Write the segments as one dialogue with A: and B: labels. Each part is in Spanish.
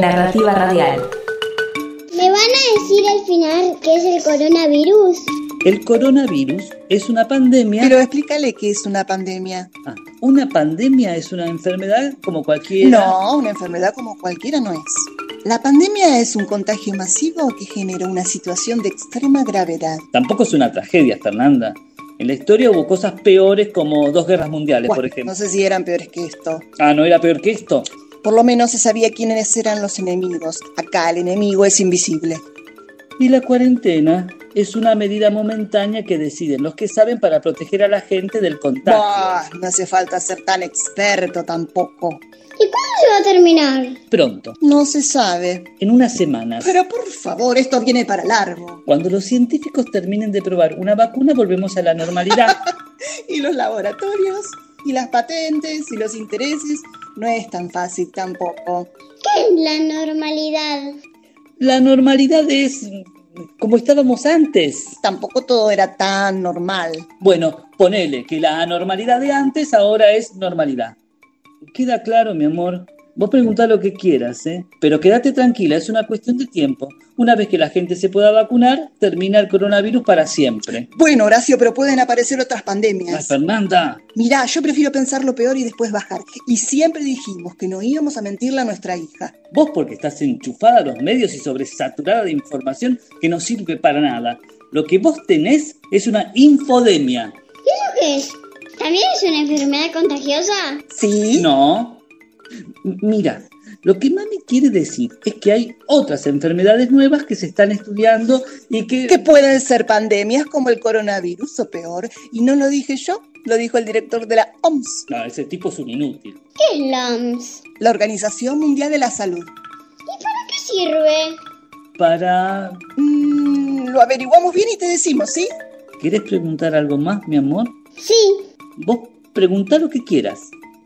A: Narrativa Radial.
B: ¿Me van a decir al final qué es el coronavirus?
C: El coronavirus es una pandemia.
D: Pero explícale qué es una pandemia.
C: Ah, una pandemia es una enfermedad como cualquier.
D: No, una enfermedad como cualquiera no es. La pandemia es un contagio masivo que genera una situación de extrema gravedad.
C: Tampoco es una tragedia, Fernanda. En la historia hubo cosas peores como dos guerras mundiales,
D: Bueno,
C: por ejemplo.
D: No sé si eran peores que esto.
C: Ah, ¿no era peor que esto?
D: Por lo menos se sabía quiénes eran los enemigos. Acá el enemigo es invisible.
C: Y la cuarentena es una medida momentánea que deciden los que saben para proteger a la gente del contagio.
D: Bah, no hace falta ser tan experto tampoco.
B: ¿Y cuándo se va a terminar?
C: Pronto,
D: No se sabe.
C: en unas semanas,
D: Pero por favor, esto viene para largo.
C: cuando los científicos terminen de probar una vacuna, volvemos a la normalidad.
D: Y los laboratorios, y las patentes, y los intereses. No es tan fácil tampoco.
B: ¿Qué es la normalidad?
C: la normalidad es mm, como estábamos antes.
D: Tampoco todo era tan normal.
C: Bueno, ponele que la anormalidad de antes ahora es normalidad. Queda claro, mi amor. Vos preguntá lo que quieras, ¿eh? Pero quédate tranquila, es una cuestión de tiempo. Una vez que la gente se pueda vacunar, termina el coronavirus para siempre.
D: Bueno, Horacio, pero pueden aparecer otras
C: Ay,
D: pandemias.
C: Fernanda,
D: Mirá, yo prefiero pensar lo peor y después bajar. Y siempre dijimos que no íbamos a mentirle a nuestra hija.
C: vos porque estás enchufada a los medios y sobresaturada de información que no sirve para nada. Lo que vos tenés es una
B: ¿Y
C: infodemia.
B: eso qué es? ¿También es una enfermedad contagiosa?
D: ¿Sí?
C: No. M- Mira, lo que mami quiere decir es que hay otras enfermedades nuevas que se están estudiando y que...
D: Que pueden ser pandemias como el coronavirus o peor. Y no lo dije yo, lo dijo el director de la OMS,
C: No, Ah, ese tipo es un inútil.
B: ¿Qué es la OMS?
D: la Organización Mundial de la Salud.
B: ¿Y para qué sirve?
C: Para...
D: Mm, lo averiguamos bien y te decimos, ¿sí?
C: ¿Querés preguntar algo más, mi amor?
B: Sí,
C: Vos preguntá lo que quieras.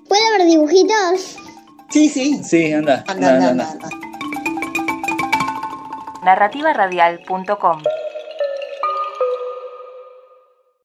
B: ¿puedo ver dibujitos?
D: Sí, sí.
C: Sí, anda.
D: Anda, anda, anda, anda.
A: Narrativaradial.com